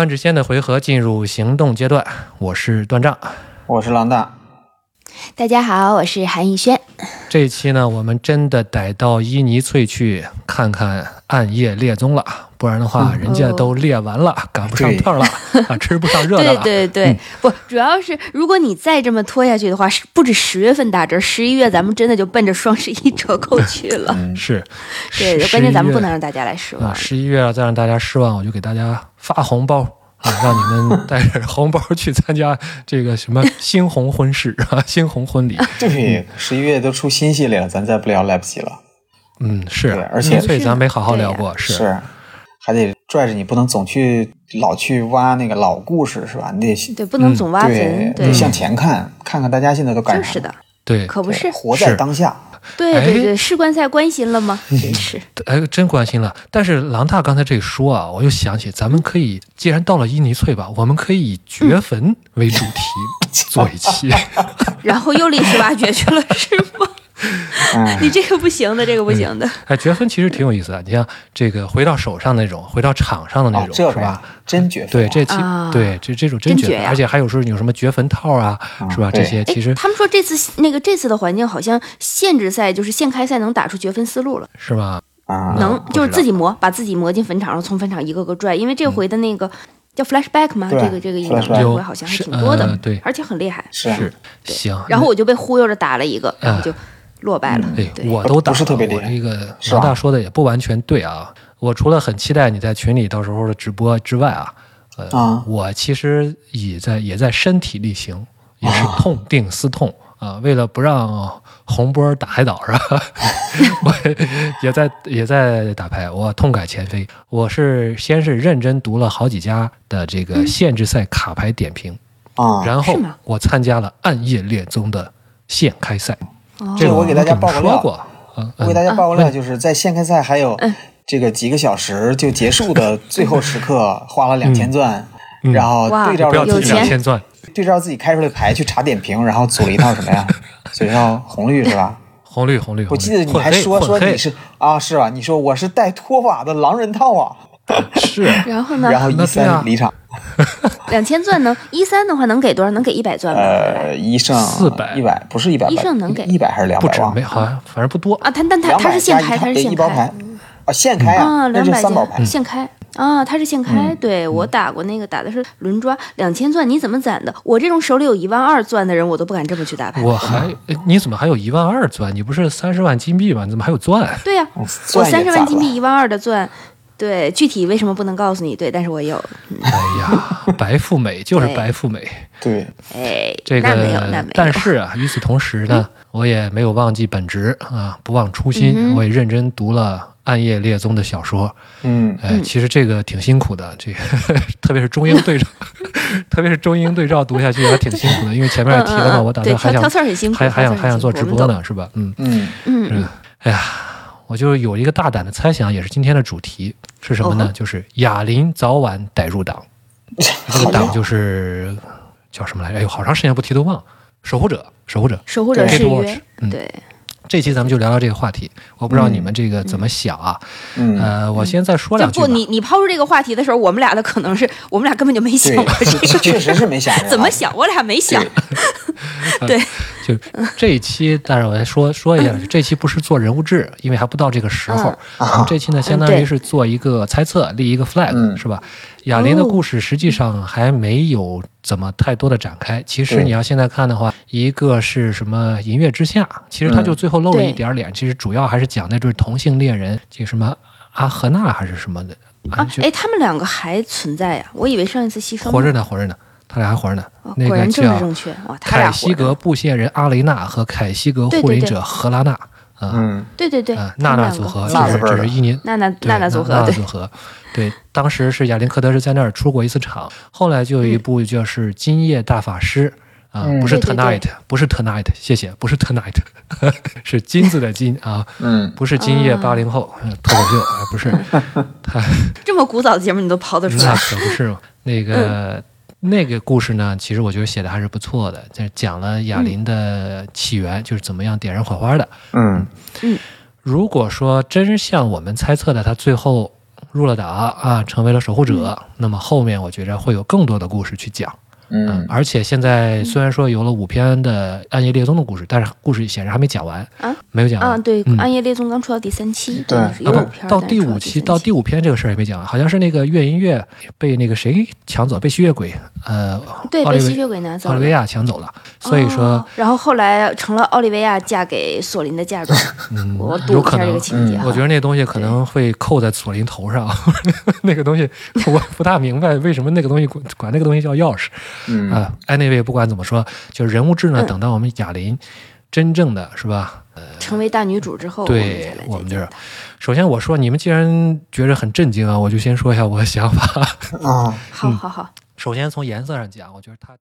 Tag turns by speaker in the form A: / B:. A: 万智仙的回合进入行动阶段，我是段丈。
B: 我是 狼大，
C: 大家好，我是韩逸轩。
A: 这一期呢，我们真的得到伊尼翠去看看暗夜猎踪了，不然的话，
C: 嗯
A: 人家都猎完了，赶不上 趟了，啊，吃不上热的啊嗯
C: 对
A: 了。
C: 对对，不，主要是如果你再这么拖下去的话，是不止十月份打折，十一月咱们真的就奔着双十一折扣去了。
B: 嗯，
A: 是，
C: 对，
A: 十
C: 关键咱们不
A: 11
C: 能
A: 月
C: 让大家来失望
A: 啊，。十一月再让大家失望，我就给大家发红包。啊，让你 们带着红包去参加这个什么新红婚事啊，新红婚礼。
B: 对，十一月都出新系列了，咱再不聊来不及了。
A: 嗯，是，
B: 对而且
A: 伊尼翠咱没好好聊
C: 对
A: 过，是
B: 是，还得拽着你，不能总去老去挖那个老故事，是吧？你得
C: 对，不能
A: 嗯
C: 总挖坟。
B: 得向前看，看看大家现在都干啥了。
C: 就是的，
A: 对，
C: 可不
B: 对，
C: 是。
B: 活在
A: 是
B: 当下。啊
C: 对
A: 哎
C: 对对，士官赛关 心了吗？真是。
A: 哎，真关心了。但是狼大刚才这一说啊，我又想起，咱们可以既然到了伊尼翠吧，我们可以以掘坟为主题 做一期。
C: 然后又历史挖掘去了，是吗？
B: 嗯，
C: 你这个不行的，这个不行的。
A: 哎，掘坟其实挺有意思啊的，你像这个回到手上那种，回到场上的那
B: 哦，
A: 种，
B: 这
A: 哎是吧？？
B: 真绝
A: 对，
B: 啊
A: 这期、
C: 啊
A: 对这这种真
C: 真
A: 掘
C: 掘
A: 坟，
C: 呀哎
A: 而且还有时候有什么掘坟套啊，是吧？
B: 对
A: 这些其实
C: 他们说这次那个这次的环境好像限制赛就是现开赛能打出掘坟思路了，
A: 是吧？
B: 啊，
C: 能
A: 不
C: 就是
A: 知
C: 自己磨，把自己磨进坟场，然后从坟场一个个拽。因为这回的那个、叫 flashback 嘛，
B: 嗯对
C: 这个这个应该
B: flashback
C: 这回好像还挺
A: 有
C: 多
A: 是呃
C: 的，
A: 对
C: 而且很厉害。
B: 是
A: 是行。
C: 然后我就被忽悠着打了一个，然后就落败
B: 嗯
C: 了。
A: 啊哎，
C: 对，
A: 我都打
B: 不是特别厉害
A: 我这个
B: 是吧
A: 王大说的也不完全对啊。我除了很期待你在群里到时候的直播之外啊，呃，
B: 啊
A: 我其实也在也在身体力行，
B: 啊
A: 也是痛定思痛啊、为了不让红波打海岛是吧？啊 我也在也在打牌，我痛改前非。我是先是认真读了好几家的这个限制赛卡牌点评，
B: 嗯啊。
A: 然后
C: 是吗
A: 我参加了暗夜猎踪的现开赛。
C: 哦
A: 这个
B: 我给大家
A: 们
B: 报个
A: 说
B: 料
A: 过，嗯
B: 我
A: 嗯
B: 给大家爆个料，就是在现开赛还有
C: 嗯
B: 这个几个小时就结束的最后时 刻，花了两千钻，
A: 嗯
B: 然后
C: 哇
B: 对照
A: 不要
B: 着
C: 有
A: 提
B: 自己
A: 两
C: 钱
A: 千钻，
B: 对照自己开出来的牌去查点评，然后组了一套什 么呀？组了一套红绿是吧？
A: 红绿红绿。
B: 我
A: 红
B: 记
A: 绿
B: 得你
A: 混
B: 还
A: 黑
B: 说说
A: 混黑
B: 你是啊是吧？你说我是带拖把的狼人套啊，
A: 是
C: 然后呢，
B: 然后
A: 那
B: 一
A: 对啊
B: 三离场，
C: 两千钻能一三的话能给多少？能给一百钻吗？
B: 呃，一胜
A: 400
B: 一百不是一百，
C: 一胜能给
B: 一百还是两
A: 不
B: 百
A: 止
B: 忘
A: 没
B: 了？
A: 好像反正不多。
C: 啊，他但他
B: 两
C: 他
B: 百
C: 是现
B: 加一
C: 开，他
B: 套
C: 是
B: 对
C: 现
B: 一
C: 开
B: 包牌啊，现开啊，那
C: 两
B: 就
C: 百
B: 三嗯
C: 件
B: 宝
A: 嗯
B: 牌，
C: 现开啊，它是现开。对
B: 嗯
C: 我打过那个打的是轮抓，两千钻你怎么攒的？我这种手里有一万二钻的人，我都不敢哎这么去打牌。
A: 我还呃你怎么还有一万二钻？你不是三十万金币吗？你怎么还有 钻？
C: 对呀、我
B: 哦钻也
C: 三十
B: 攒
C: 万金
B: 了
C: 币一万二的钻，对，具体为什么不能告诉你？对，但是我有，
A: 哎呀，白富美就是
C: 对
A: 白富美。
B: 对，
C: 哎，
A: 这
C: 那没有，那
A: 个
C: 没有，，嗯
A: 但是啊，与此同时呢， 我也没有忘记本职啊，不忘初心，我也认真读了《暗夜猎踪》的小说。
B: 嗯，
A: 哎，其实这个挺辛苦的，这个特别是中英对照， 特别是中英对照读下去还挺辛苦的，因为前面也提了嘛，
C: 嗯嗯嗯
A: 我打
C: 对
A: 算还
C: 挑
A: 想
C: 挑刺儿很辛苦
A: 还还
C: 挑
A: 想
C: 刺儿很
A: 还想做直
C: 辛苦
A: 播呢，是吧？嗯
B: 嗯
C: 嗯，
A: 嗯，哎呀，我就有一个大胆的猜想，也是今天的主题是什么
C: 哦
B: 嗯
A: 呢
C: 吼？
A: 就是哑铃早晚得入 党，这
B: 好
A: 个党
B: 呀，
A: 就是叫什么来着？哎呦，好长时间不提都忘了，守护者，守护者。
C: 守护者
B: 对
C: 誓
A: Gatewatch，
C: 约，
A: 嗯
C: 对，
A: 这期咱们就聊聊这个话题，我不知道你们这个怎么想啊？
B: 嗯，
A: 呃，我先再说
C: 就
A: 两句吧。
C: 不你你抛出这个话题的时候，我们俩的可能是我们俩根本就没想过
B: 对，
C: 这
B: 是
C: 个，
B: 确实是没嗯想过啊，
C: 怎么想？我俩没想，
A: 嗯就这一期，但是我再说说一下，就这期不是做人物志，因为还不到这个时候
C: 嗯。
A: 我们这期呢，相当于是做一个猜测，立一个 flag，
B: 嗯
A: 是吧？哑铃的
C: 哦
A: 故事实际上还没有怎么太多的展开。其实
B: 对
A: 你要现在看的话，一个是什么《银月之下》，其实它
C: 嗯
A: 就最后露了一点脸，其实主要还是讲那对同性恋人，这个什么阿赫纳还是什么的，啊
C: 啊
A: 就，
C: 哎，他们两个还存在呀、我以为上一次牺牲了
A: 活着呢，活着呢，他俩还活着呢
C: 哦。
A: 那
C: 果
A: 个
C: 然政治
A: 叫
C: 正确哇，他俩
A: 凯
C: 活
A: 西
C: 着。
A: 格布谢人阿雷纳和凯西格护林者荷拉纳。啊，
B: 嗯，
C: 对对对，
A: 啊，
C: 他
A: 娜
C: 们
A: 娜
C: 两
A: 组
C: 个
A: 合，
B: 娜
A: 就是
B: 娜
A: 就是一年
C: 娜娜
A: 对嗯
C: 娜娜组合，对
A: 组合，对，当时是亚林科德是在那儿出过一次场，后来就有一部就是《今夜大法师》啊，
B: 嗯
A: 不是
C: 嗯对对对
A: tonight，不是 tonight，谢谢，不是 tonight，是金字的金啊，
B: 嗯，
A: 不是今夜
C: 啊
A: 八零后呃脱口秀啊，不 是，他
C: 这么古早的节目你都刨得出
A: 那
C: 来，
A: 可不是 嘛。那
C: 嗯
A: 个、那个故事呢，其实我觉得写的还是不错的，就是讲了
C: 嗯
A: 哑铃的起源，就是怎么样点燃火花的。
B: 嗯，
A: 如果说真像我们猜测的，他最后入了党啊，成为了守护者，
C: 嗯
A: 那么后面我觉着会有更多的故事去讲。
B: 嗯
A: 而且现在虽然说有了五篇的暗夜猎踪的故事，但是故事显然还没讲完，
C: 啊
A: 没有讲完。
C: 啊，对，
A: 嗯
C: 暗夜猎踪》刚出到第三期，
B: 对
C: 就是有
A: 啊
C: 五
A: 不，
C: 篇，
A: 到
C: 但
A: 第
C: 是出
A: 五期到
C: 三期
A: 第五篇这个事儿也没讲完，好像是那个月音乐被那个谁抢走，被吸血鬼呃，
C: 对
A: 奥
C: 被
A: 利
C: 吸
A: 维
C: 血鬼拿走
A: 奥利
C: 了
A: 维。亚抢走了，所以说、
C: 哦然后后来成了奥利维亚嫁给索林的嫁妆。我
A: 嗯有
C: 读一
A: 可
C: 下这
A: 能
C: 个情节
B: 嗯
C: 哈。
A: 我觉得那东西可能会扣在左林头上， 那个东西我不大明白为什么那个东西管管那个东西叫钥匙
B: 嗯
A: 啊。哎，那位不管怎么说，就是人物志呢，
C: 嗯
A: 等到我们贾玲真正的是吧？
C: 成为大女主之后，
A: 对我
C: 哦我
A: 们
C: 们
A: 就
C: 再
A: 是
C: 来再见她。
A: 首先我说你们既然觉着很震惊啊，我就先说一下我的想法。
B: 啊，
C: 好好好，
A: 首先从颜色上讲，我觉得它